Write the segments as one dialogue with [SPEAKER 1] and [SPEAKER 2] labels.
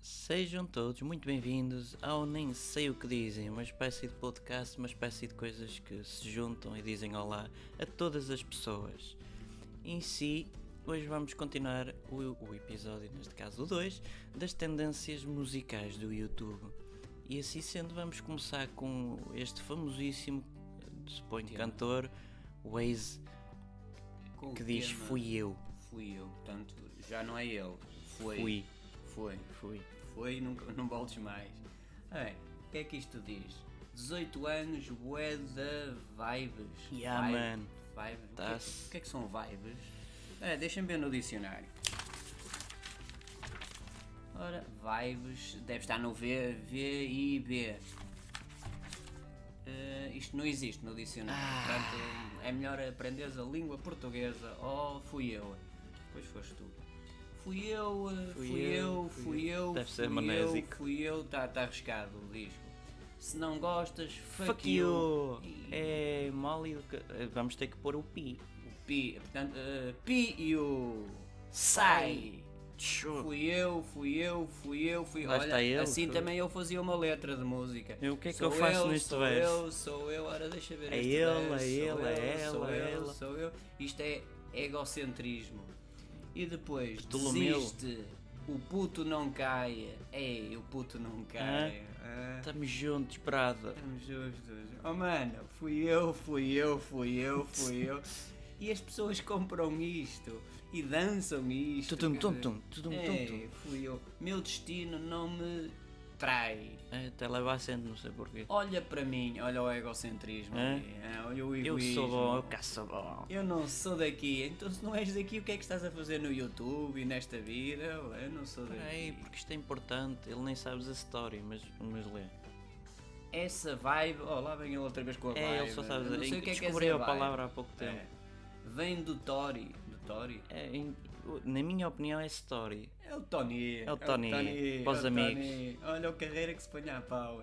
[SPEAKER 1] Sejam todos muito bem-vindos ao Nem Sei O Que Dizem, uma espécie de podcast, uma espécie de coisas que se juntam e dizem olá a todas as pessoas. Em si, hoje vamos continuar o, o episódio, neste caso o 2, das tendências musicais do YouTube. E assim sendo, vamos começar com este famosíssimo, eh, suponho, cantor, Waze,
[SPEAKER 2] Com o
[SPEAKER 1] que diz
[SPEAKER 2] tema
[SPEAKER 1] Fui Eu.
[SPEAKER 2] Fui eu, portanto, já não é ele. Foi.
[SPEAKER 1] Fui.
[SPEAKER 2] Foi.
[SPEAKER 1] Fui.
[SPEAKER 2] Foi e nunca, não voltes mais. Ah, Bem, o que é que isto diz? 18 anos, bué da vibes.
[SPEAKER 1] Yeah,
[SPEAKER 2] Vibe-
[SPEAKER 1] man.
[SPEAKER 2] Vibes. O que é que-
[SPEAKER 1] Tá-se.
[SPEAKER 2] O que é que são vibes? Ah, Deixa-me ver no dicionário. Ora, vibes, deve estar no V, V, I, B. Ah, isto não existe no dicionário, portanto é melhor aprenderes a língua portuguesa. Oh, fui eu. Pois foste tu. Fui eu, ah,
[SPEAKER 1] Fui
[SPEAKER 2] fui,
[SPEAKER 1] eu,
[SPEAKER 2] eu,
[SPEAKER 1] fui
[SPEAKER 2] fui eu,
[SPEAKER 1] Deve ser
[SPEAKER 2] fui eu,
[SPEAKER 1] manésico.
[SPEAKER 2] fui eu, tá, tá arriscado o disco. Se não gostas, fuck,
[SPEAKER 1] Fuck you!
[SPEAKER 2] you.
[SPEAKER 1] É mole do ca- eh, Vamos ter que pôr o pi.
[SPEAKER 2] O pi, portanto, ah, pi e o sai.
[SPEAKER 1] Tchô.
[SPEAKER 2] Fui eu, fui eu, fui eu, fui
[SPEAKER 1] Lá está
[SPEAKER 2] Olha,
[SPEAKER 1] ele,
[SPEAKER 2] assim
[SPEAKER 1] foi.
[SPEAKER 2] também eu fazia uma letra de música.
[SPEAKER 1] E o que é que
[SPEAKER 2] Sou
[SPEAKER 1] eu faço neste
[SPEAKER 2] sou
[SPEAKER 1] verso?
[SPEAKER 2] Eu, sou eu, ora deixa ver
[SPEAKER 1] É
[SPEAKER 2] este
[SPEAKER 1] ele,
[SPEAKER 2] verso.
[SPEAKER 1] é
[SPEAKER 2] sou
[SPEAKER 1] ele, é
[SPEAKER 2] eu, sou
[SPEAKER 1] ela, é
[SPEAKER 2] eu,
[SPEAKER 1] ela.
[SPEAKER 2] Sou eu, isto é egocentrismo. E depois,
[SPEAKER 1] Ptolomeu.
[SPEAKER 2] desiste, o puto não caia. Ei, o puto não caia. Ah,
[SPEAKER 1] Estamos juntos, Prada.
[SPEAKER 2] Estamos justos. Oh mano, fui eu, fui eu, fui eu, fui eu. E as pessoas compram isto e dançam isto.
[SPEAKER 1] Tudum,
[SPEAKER 2] quer dizer,
[SPEAKER 1] tum, tum, tudum, tum,
[SPEAKER 2] Ei,
[SPEAKER 1] tum.
[SPEAKER 2] É, fui eu. Meu destino não me trai.
[SPEAKER 1] Eh, Até leva acento, não sei porquê.
[SPEAKER 2] Olha para mim, olha o egocentrismo.
[SPEAKER 1] Hã?
[SPEAKER 2] ali, hã? Olha o
[SPEAKER 1] Eu
[SPEAKER 2] egoísmo.
[SPEAKER 1] sou bom, eu cá sou bom.
[SPEAKER 2] Eu não sou daqui, então se não és daqui, o que é que estás a fazer no YouTube e nesta vida? Eu não sou daqui.
[SPEAKER 1] Peraí, porque isto é importante. Ele nem sabes a story, mas, mas lê.
[SPEAKER 2] Essa vibe. Oh, lá vem ele outra vez com a vibe.
[SPEAKER 1] É, ele só sabe
[SPEAKER 2] Eu não sei
[SPEAKER 1] dizer.
[SPEAKER 2] o que é que é
[SPEAKER 1] Descobriu
[SPEAKER 2] essa
[SPEAKER 1] a
[SPEAKER 2] vibe.
[SPEAKER 1] palavra há pouco
[SPEAKER 2] É.
[SPEAKER 1] tempo.
[SPEAKER 2] Vem do Tori. Do Tori?
[SPEAKER 1] É, em- na minha opinião, é story.
[SPEAKER 2] É o Tony.
[SPEAKER 1] É o Tony,
[SPEAKER 2] é
[SPEAKER 1] para os
[SPEAKER 2] o
[SPEAKER 1] amigos.
[SPEAKER 2] Tony. Olha o carreira que se põe à pau.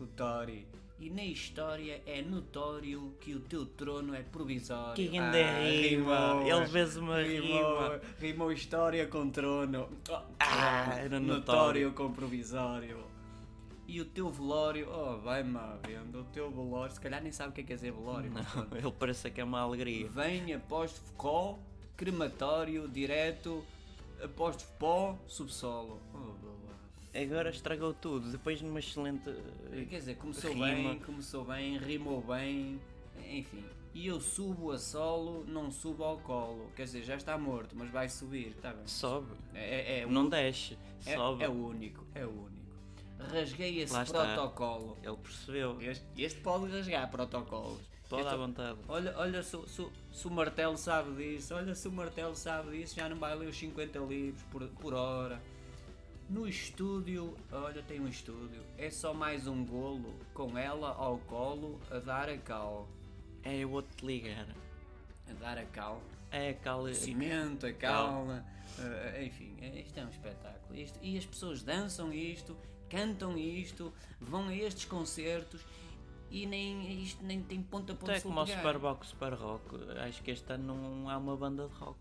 [SPEAKER 2] O Tori. E na história é notório que o teu trono é provisório. Ah,
[SPEAKER 1] Que grande rima. Ele fez uma rima.
[SPEAKER 2] Rimou, rimou história com trono. Oh,
[SPEAKER 1] Ah,
[SPEAKER 2] trono.
[SPEAKER 1] era notório.
[SPEAKER 2] notório com provisório. E o teu velório, oh, vai-me à venda, o teu velório, se calhar nem sabe o que é, que é dizer velório. mas pronto.
[SPEAKER 1] Não, ele parece que é uma alegria.
[SPEAKER 2] Vem após Focó, crematório, direto, após pó, subsolo. Oh, blá,
[SPEAKER 1] Agora estragou tudo. Depois de uma excelente.
[SPEAKER 2] blá.
[SPEAKER 1] eh,
[SPEAKER 2] Quer dizer, começou
[SPEAKER 1] Rima.
[SPEAKER 2] bem, começou bem, rimou bem, enfim. E eu subo a solo, não subo ao colo. Quer dizer, já está morto, mas vai subir, está bem.
[SPEAKER 1] Sobe.
[SPEAKER 2] É, é, é,
[SPEAKER 1] Não desce.
[SPEAKER 2] é,
[SPEAKER 1] Sobe.
[SPEAKER 2] é o único, é o único. Rasguei esse
[SPEAKER 1] Lá está.
[SPEAKER 2] protocolo.
[SPEAKER 1] Ele percebeu.
[SPEAKER 2] Este, este pode rasgar protocolos.
[SPEAKER 1] Pode à
[SPEAKER 2] Este-
[SPEAKER 1] vontade.
[SPEAKER 2] Olha, olha se, o- se o- se o martelo sabe disso, olha se o martelo sabe disso, já não vai ler os 50 livros por, por hora. No estúdio, olha, tem um estúdio, é só mais um golo, com ela ao colo, a dar a cal.
[SPEAKER 1] É, eu vou-te ligar.
[SPEAKER 2] A dar a cal.
[SPEAKER 1] É aquela.
[SPEAKER 2] Cimento, a cal, eh, enfim, eh, isto é um espetáculo. Isto- e as pessoas dançam isto, cantam isto, vão a estes concertos e nem, isto nem tem ponta a ponta
[SPEAKER 1] Tu é como o Superbox Super Rock. Acho que este ano não há uma banda de rock.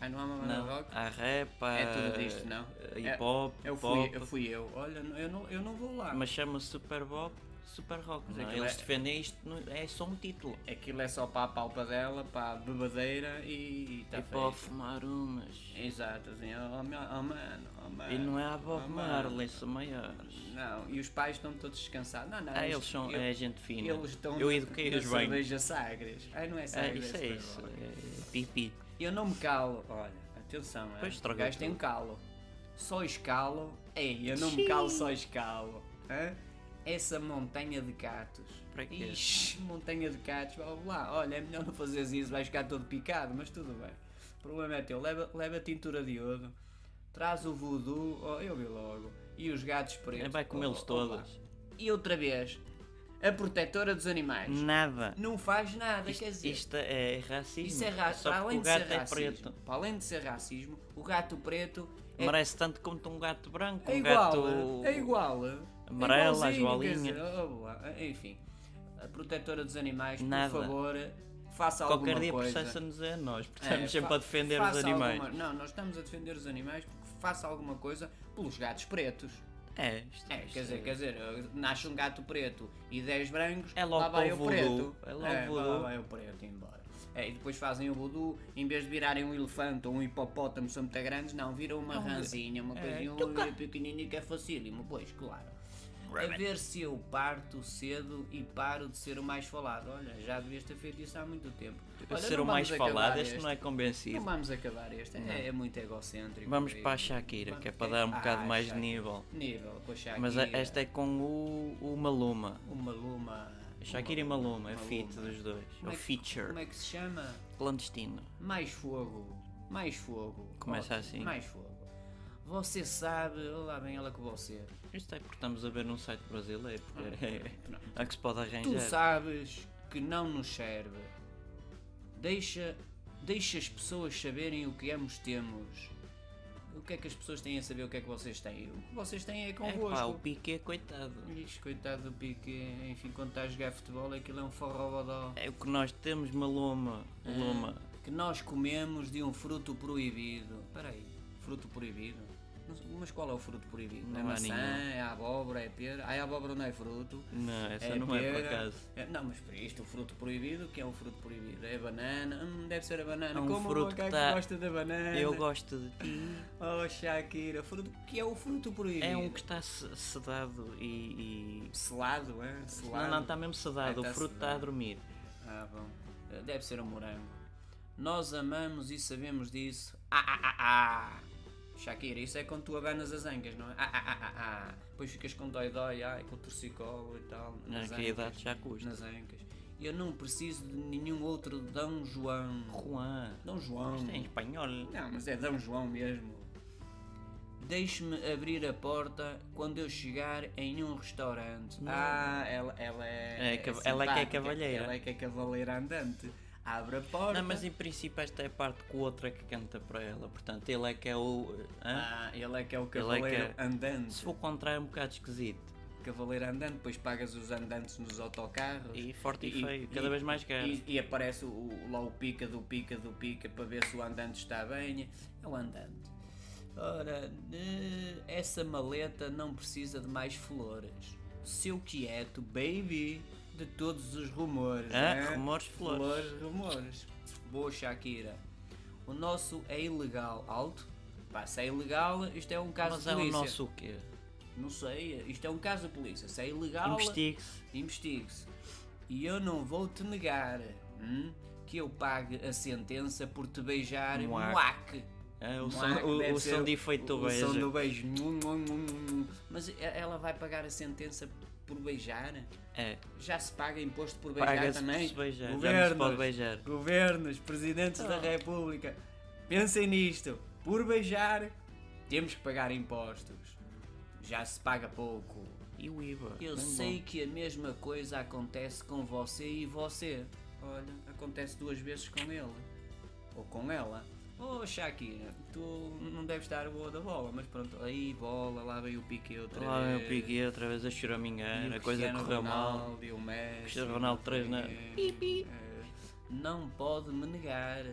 [SPEAKER 2] Ah, não há uma banda
[SPEAKER 1] Não.
[SPEAKER 2] rock?
[SPEAKER 1] Há rap, há.
[SPEAKER 2] É tudo disto, não?
[SPEAKER 1] eh, Hip hop,
[SPEAKER 2] É, eu, fui,
[SPEAKER 1] pop.
[SPEAKER 2] eu fui eu. Olha, eu não, eu não vou lá.
[SPEAKER 1] Mas chama-se Super Bop, Super Rock. não é?
[SPEAKER 2] aquilo
[SPEAKER 1] Eles
[SPEAKER 2] é-
[SPEAKER 1] defendem isto, não- é só um título.
[SPEAKER 2] Aquilo é só para a palpa dela, para a bebadeira e está
[SPEAKER 1] é para fumar umas.
[SPEAKER 2] Exato, assim, oh, meu- oh, mano, oh mano.
[SPEAKER 1] E não é a Bob
[SPEAKER 2] Ah, mano.
[SPEAKER 1] Marley, são maiores.
[SPEAKER 2] Não, e os pais estão todos descansados. Não, não.
[SPEAKER 1] Ah,
[SPEAKER 2] isto-
[SPEAKER 1] eles são.
[SPEAKER 2] eu-
[SPEAKER 1] É gente fina.
[SPEAKER 2] Eles estão
[SPEAKER 1] eu eduquei-os
[SPEAKER 2] na
[SPEAKER 1] bem.
[SPEAKER 2] cerveja Sagres. Ah, não é
[SPEAKER 1] Ah,
[SPEAKER 2] Sagres.
[SPEAKER 1] isso é
[SPEAKER 2] foi
[SPEAKER 1] isso.
[SPEAKER 2] logo.
[SPEAKER 1] É pipi.
[SPEAKER 2] Eu não me calo. Olha, atenção, é.
[SPEAKER 1] Pois,
[SPEAKER 2] o
[SPEAKER 1] estragou
[SPEAKER 2] gajo tem um
[SPEAKER 1] tudo.
[SPEAKER 2] calo. Só escalo. Ei, eu não me calo, só escalo. Hã? Essa montanha de catos.
[SPEAKER 1] Para quê?
[SPEAKER 2] Ixi, montanha de catos. Vamos lá. Olha, é melhor não fazeres isso, vais ficar todo picado, mas tudo bem. O problema é teu. Leva, leva a tintura de iodo. Traz o voodoo. Oh, eu vi logo. E os gatos pretos.
[SPEAKER 1] Vai comê-los
[SPEAKER 2] Oh, oh, oh, lá.
[SPEAKER 1] todos.
[SPEAKER 2] E outra vez, a protetora dos animais.
[SPEAKER 1] Nada.
[SPEAKER 2] Não faz nada, quer dizer.
[SPEAKER 1] Isto é racismo.
[SPEAKER 2] Isso é ra-
[SPEAKER 1] Só
[SPEAKER 2] para
[SPEAKER 1] porque
[SPEAKER 2] além
[SPEAKER 1] o
[SPEAKER 2] de ser
[SPEAKER 1] gato é
[SPEAKER 2] racismo,
[SPEAKER 1] preto.
[SPEAKER 2] Para além de ser racismo, o gato preto é,
[SPEAKER 1] Merece tanto como um gato branco,
[SPEAKER 2] é
[SPEAKER 1] um
[SPEAKER 2] igual.
[SPEAKER 1] gato
[SPEAKER 2] É igual.
[SPEAKER 1] amarelo,
[SPEAKER 2] igualzinho,
[SPEAKER 1] às bolinhas.
[SPEAKER 2] quer dizer, oh, boa, Enfim, a protetora dos animais,
[SPEAKER 1] Nada.
[SPEAKER 2] por favor, faça
[SPEAKER 1] Qualquer
[SPEAKER 2] alguma
[SPEAKER 1] dia
[SPEAKER 2] coisa.
[SPEAKER 1] processa-nos a nós, porque
[SPEAKER 2] É,
[SPEAKER 1] estamos sempre
[SPEAKER 2] fa-
[SPEAKER 1] a defender os
[SPEAKER 2] faça
[SPEAKER 1] animais.
[SPEAKER 2] alguma- Não, nós estamos a defender os animais porque faça alguma coisa pelos gatos pretos.
[SPEAKER 1] É, isto,
[SPEAKER 2] É,
[SPEAKER 1] isto
[SPEAKER 2] quer dizer, quer dizer, nasce um gato preto e 10 brancos,
[SPEAKER 1] É logo
[SPEAKER 2] lá vai
[SPEAKER 1] para
[SPEAKER 2] o
[SPEAKER 1] o voodoo.
[SPEAKER 2] preto.
[SPEAKER 1] É logo
[SPEAKER 2] é,
[SPEAKER 1] voodoo.
[SPEAKER 2] lá vai o preto embora. É, e depois fazem o voodoo, em vez de virarem um elefante ou um hipopótamo, são muito grandes, não, viram uma
[SPEAKER 1] Não,
[SPEAKER 2] ranzinha, uma
[SPEAKER 1] é,
[SPEAKER 2] coisinha
[SPEAKER 1] tu ca-
[SPEAKER 2] olha, pequenininha que é facílimo, pois, claro. A ver se eu parto cedo e paro de ser o mais falado. Olha, já devias ter feito isso há muito tempo.
[SPEAKER 1] Para
[SPEAKER 2] Olha,
[SPEAKER 1] ser
[SPEAKER 2] não
[SPEAKER 1] o mais
[SPEAKER 2] vamos acabar
[SPEAKER 1] falado, este não é
[SPEAKER 2] Não
[SPEAKER 1] convencido.
[SPEAKER 2] vamos acabar este, é, é muito egocêntrico.
[SPEAKER 1] Vamos
[SPEAKER 2] e-
[SPEAKER 1] para a Shakira,
[SPEAKER 2] Vamos
[SPEAKER 1] que é para dar um
[SPEAKER 2] ter-
[SPEAKER 1] bocado
[SPEAKER 2] Ah,
[SPEAKER 1] mais de
[SPEAKER 2] Shakira.
[SPEAKER 1] nível.
[SPEAKER 2] Nível, com a Shakira.
[SPEAKER 1] Mas a- esta é com o, o Maluma.
[SPEAKER 2] Uma luma.
[SPEAKER 1] Shakira e
[SPEAKER 2] uma
[SPEAKER 1] Maluma, é
[SPEAKER 2] uma
[SPEAKER 1] feat
[SPEAKER 2] luma.
[SPEAKER 1] dos dois. É
[SPEAKER 2] Como
[SPEAKER 1] o
[SPEAKER 2] é que- Como
[SPEAKER 1] feature.
[SPEAKER 2] é que se chama?
[SPEAKER 1] Clandestino.
[SPEAKER 2] Mais fogo. Mais fogo.
[SPEAKER 1] Começa
[SPEAKER 2] Ok,
[SPEAKER 1] assim.
[SPEAKER 2] Mais fogo. Você sabe, olá bem ela com você.
[SPEAKER 1] Isto é porque estamos a ver num site brasileiro. Porque é a que se pode
[SPEAKER 2] Tu
[SPEAKER 1] arranjar.
[SPEAKER 2] sabes que não nos serve. Deixa, deixa as pessoas saberem o que ambos temos. O que é que as pessoas têm a saber o que é que vocês têm? O que vocês têm é
[SPEAKER 1] É pá, o
[SPEAKER 2] convosco.
[SPEAKER 1] Piqué, coitado.
[SPEAKER 2] Ixi, coitado do Pique, enfim, quando está a jogar futebol aquilo é um forrobodó.
[SPEAKER 1] É o que nós temos, Maluma.
[SPEAKER 2] É.
[SPEAKER 1] Maluma.
[SPEAKER 2] que nós comemos de um fruto proibido. Peraí, fruto proibido? Não- Mas qual é o fruto proibido?
[SPEAKER 1] Não
[SPEAKER 2] é
[SPEAKER 1] há
[SPEAKER 2] maçã,
[SPEAKER 1] nenhum.
[SPEAKER 2] é abóbora, é pera. Ai, a abóbora não é fruto.
[SPEAKER 1] Não, essa não é por
[SPEAKER 2] pera.
[SPEAKER 1] acaso.
[SPEAKER 2] É- não, mas por isto, o fruto proibido, o que é um fruto proibido? É banana, Hum, deve ser a banana.
[SPEAKER 1] É um
[SPEAKER 2] Como
[SPEAKER 1] fruto
[SPEAKER 2] o macaco
[SPEAKER 1] que tá-
[SPEAKER 2] gosta da banana.
[SPEAKER 1] Eu gosto de ti.
[SPEAKER 2] Oh, Shakira, fruto... que é o fruto proibido?
[SPEAKER 1] É um que está se- sedado e. e-
[SPEAKER 2] Selado, é? Selado.
[SPEAKER 1] Não, não, está mesmo sedado.
[SPEAKER 2] Ah, tá
[SPEAKER 1] o fruto está a
[SPEAKER 2] sedado.
[SPEAKER 1] dormir.
[SPEAKER 2] Ah, bom. Deve ser um morango. Nós amamos e sabemos disso. Ah, ah, ah, ah. Shakira, isso é quando tu abanas as angas, não é? Ah, ah, ah, ah, ah. Depois ficas com dói-dói, ai, com torcicolo e tal. Nas
[SPEAKER 1] Naquela idade já custa.
[SPEAKER 2] Nas ancas. Eu não preciso de nenhum outro Dom João.
[SPEAKER 1] Juan.
[SPEAKER 2] Dom João.
[SPEAKER 1] Isto é em espanhol.
[SPEAKER 2] Não, mas é Dom João mesmo. Deixe-me abrir a porta quando eu chegar em um restaurante. Ah, ela, ela é.
[SPEAKER 1] É ca- ela é que é
[SPEAKER 2] simpática,
[SPEAKER 1] cavalheira.
[SPEAKER 2] Ela é que é cavaleira andante. Abre a porta.
[SPEAKER 1] Não, mas em princípio esta é a parte que o outro é que canta para ela. Portanto, ele é que é o. hã?
[SPEAKER 2] Ah, ele é que é o
[SPEAKER 1] é que
[SPEAKER 2] cavaleiro
[SPEAKER 1] é-
[SPEAKER 2] andante.
[SPEAKER 1] Se for contrário, é um bocado esquisito.
[SPEAKER 2] Cavaleiro andante, depois pagas os andantes nos autocarros.
[SPEAKER 1] E forte e, feio, cada vez mais caro.
[SPEAKER 2] E, e aparece o- lá o pica do pica do pica para ver se o andante está bem. É o andante. Ora, eh, essa maleta não precisa de mais flores. Seu quieto, baby, de todos os rumores.
[SPEAKER 1] Ah,
[SPEAKER 2] hã?
[SPEAKER 1] rumores, flores.
[SPEAKER 2] Flores, rumores. Boa, Shakira. O nosso é ilegal. Alto? Pá, se é ilegal, isto é um caso
[SPEAKER 1] Mas
[SPEAKER 2] de
[SPEAKER 1] é o
[SPEAKER 2] polícia.
[SPEAKER 1] nosso o quê?
[SPEAKER 2] Não sei, isto é um caso de polícia. Se é ilegal,
[SPEAKER 1] Investigue-se.
[SPEAKER 2] investigue-se. E eu não vou te negar hum, que eu pague a sentença por te beijar um
[SPEAKER 1] Muac.
[SPEAKER 2] muac.
[SPEAKER 1] Ah, Um o,
[SPEAKER 2] Muac
[SPEAKER 1] som, o,
[SPEAKER 2] é deve
[SPEAKER 1] o
[SPEAKER 2] ser
[SPEAKER 1] som de efeito do
[SPEAKER 2] o som do
[SPEAKER 1] beijo.
[SPEAKER 2] beijo. Mu, mu, mu, mu, mu. Mas e- ela vai pagar a sentença por beijar?
[SPEAKER 1] É,
[SPEAKER 2] Já se paga imposto por beijar
[SPEAKER 1] paga-se por
[SPEAKER 2] também?
[SPEAKER 1] se beijar. Já não se
[SPEAKER 2] Governos,
[SPEAKER 1] pode beijar.
[SPEAKER 2] governos, presidentes da República, pensem nisto. Por beijar, temos que pagar impostos. Já se paga pouco.
[SPEAKER 1] E o IVA?
[SPEAKER 2] Eu
[SPEAKER 1] Bem
[SPEAKER 2] sei que a mesma coisa acontece com você e você. Olha, acontece duas vezes com ele. Ou com ela. Oh Shakira, tu não deves estar boa da bola, mas pronto, aí bola, lá veio o Piqué outra
[SPEAKER 1] bom. Lá vem
[SPEAKER 2] vez.
[SPEAKER 1] o Piquet outra vez a choramingar,
[SPEAKER 2] E o
[SPEAKER 1] a coisa
[SPEAKER 2] Cristiano
[SPEAKER 1] correu mal.
[SPEAKER 2] Ronaldo, e o Messi,
[SPEAKER 1] Cristiano Ronaldo três na-
[SPEAKER 2] eh, eh, Não pode me negar.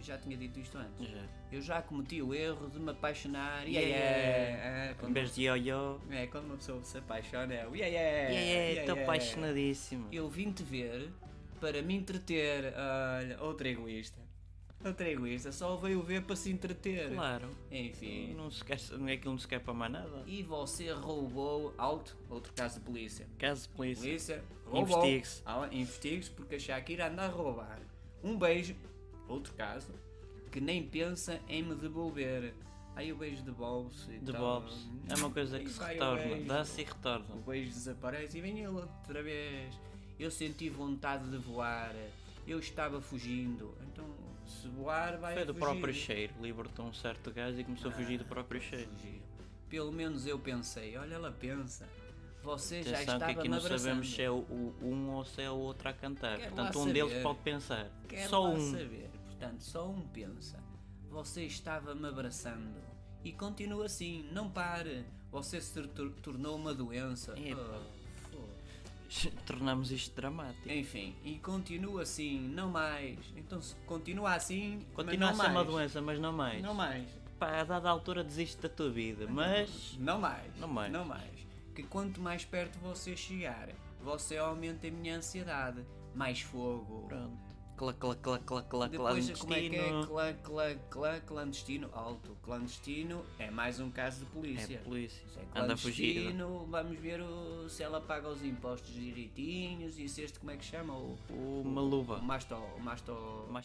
[SPEAKER 2] Já tinha dito isto antes.
[SPEAKER 1] Já.
[SPEAKER 2] Eu já cometi o erro de me apaixonar. Yeah,
[SPEAKER 1] Yeah,
[SPEAKER 2] yeah. Ah,
[SPEAKER 1] Em
[SPEAKER 2] quando
[SPEAKER 1] vez de ioiô,
[SPEAKER 2] é, quando uma pessoa se apaixona é o yeah, yeah,
[SPEAKER 1] e aí, estou
[SPEAKER 2] yeah.
[SPEAKER 1] apaixonadíssimo.
[SPEAKER 2] Eu vim-te ver para me entreter. Olha, outra egoísta. Outra egoísta, só veio ver para se entreter.
[SPEAKER 1] Claro,
[SPEAKER 2] Enfim.
[SPEAKER 1] não se quer, não é que ele não se quer para mais nada.
[SPEAKER 2] E você roubou alto, outro caso de polícia.
[SPEAKER 1] Caso de polícia,
[SPEAKER 2] Polícia, roubou.
[SPEAKER 1] Investigue-se.
[SPEAKER 2] Ah, Investigue-se porque a Shakira anda a roubar. Um beijo, outro caso, que nem pensa em me devolver. Aí o beijo devolve-se e
[SPEAKER 1] de
[SPEAKER 2] tal.
[SPEAKER 1] Bobs, é uma coisa
[SPEAKER 2] Então, E
[SPEAKER 1] que se
[SPEAKER 2] vai o
[SPEAKER 1] retorna,
[SPEAKER 2] beijo.
[SPEAKER 1] dá-se e
[SPEAKER 2] O
[SPEAKER 1] retorna.
[SPEAKER 2] beijo desaparece e vem ele outra vez. Eu senti vontade de voar. Eu estava fugindo. Então, se voar, vai
[SPEAKER 1] Foi do
[SPEAKER 2] fugir. Ah,
[SPEAKER 1] próprio cheiro, libertou um certo gás e começou a fugir do próprio cheiro.
[SPEAKER 2] Fugir. Pelo menos eu pensei. Olha, ela pensa. Você já
[SPEAKER 1] Atenção
[SPEAKER 2] estava
[SPEAKER 1] que aqui
[SPEAKER 2] me
[SPEAKER 1] não
[SPEAKER 2] abraçando.
[SPEAKER 1] sabemos se é o, o um ou se é o outro a cantar.
[SPEAKER 2] Quero
[SPEAKER 1] Portanto,
[SPEAKER 2] lá
[SPEAKER 1] um deles
[SPEAKER 2] saber.
[SPEAKER 1] pode pensar.
[SPEAKER 2] Quero
[SPEAKER 1] Só
[SPEAKER 2] lá
[SPEAKER 1] um.
[SPEAKER 2] saber. Portanto, só um pensa. Você estava me abraçando. E continua assim. Não pare. Você se tor- tornou uma doença.
[SPEAKER 1] Epa.
[SPEAKER 2] Oh, foda.
[SPEAKER 1] Tornamos isto dramático.
[SPEAKER 2] Enfim, e continua assim, não mais. Então se continua assim, mas
[SPEAKER 1] Continua a
[SPEAKER 2] não
[SPEAKER 1] ser uma
[SPEAKER 2] mais.
[SPEAKER 1] doença, mas não mais.
[SPEAKER 2] Não mais.
[SPEAKER 1] pá, a dada altura desiste da tua vida, mas.
[SPEAKER 2] Não mais.
[SPEAKER 1] Não mais.
[SPEAKER 2] Não mais. Que quanto mais perto você chegar, você aumenta a minha ansiedade. Mais fogo.
[SPEAKER 1] Pronto. Clá, clá, clá, clá, clá,
[SPEAKER 2] Depois,
[SPEAKER 1] clandestino.
[SPEAKER 2] como é que é? Clã, clã, clã, clandestino, alto. Clandestino é mais um caso de polícia.
[SPEAKER 1] É polícia.
[SPEAKER 2] Se é
[SPEAKER 1] Anda a fugir.
[SPEAKER 2] clandestino, vamos ver o- se ela paga os impostos direitinhos e se este, como é que chama? O,
[SPEAKER 1] O Maluba.
[SPEAKER 2] o masto... o masto...
[SPEAKER 1] Mas tô-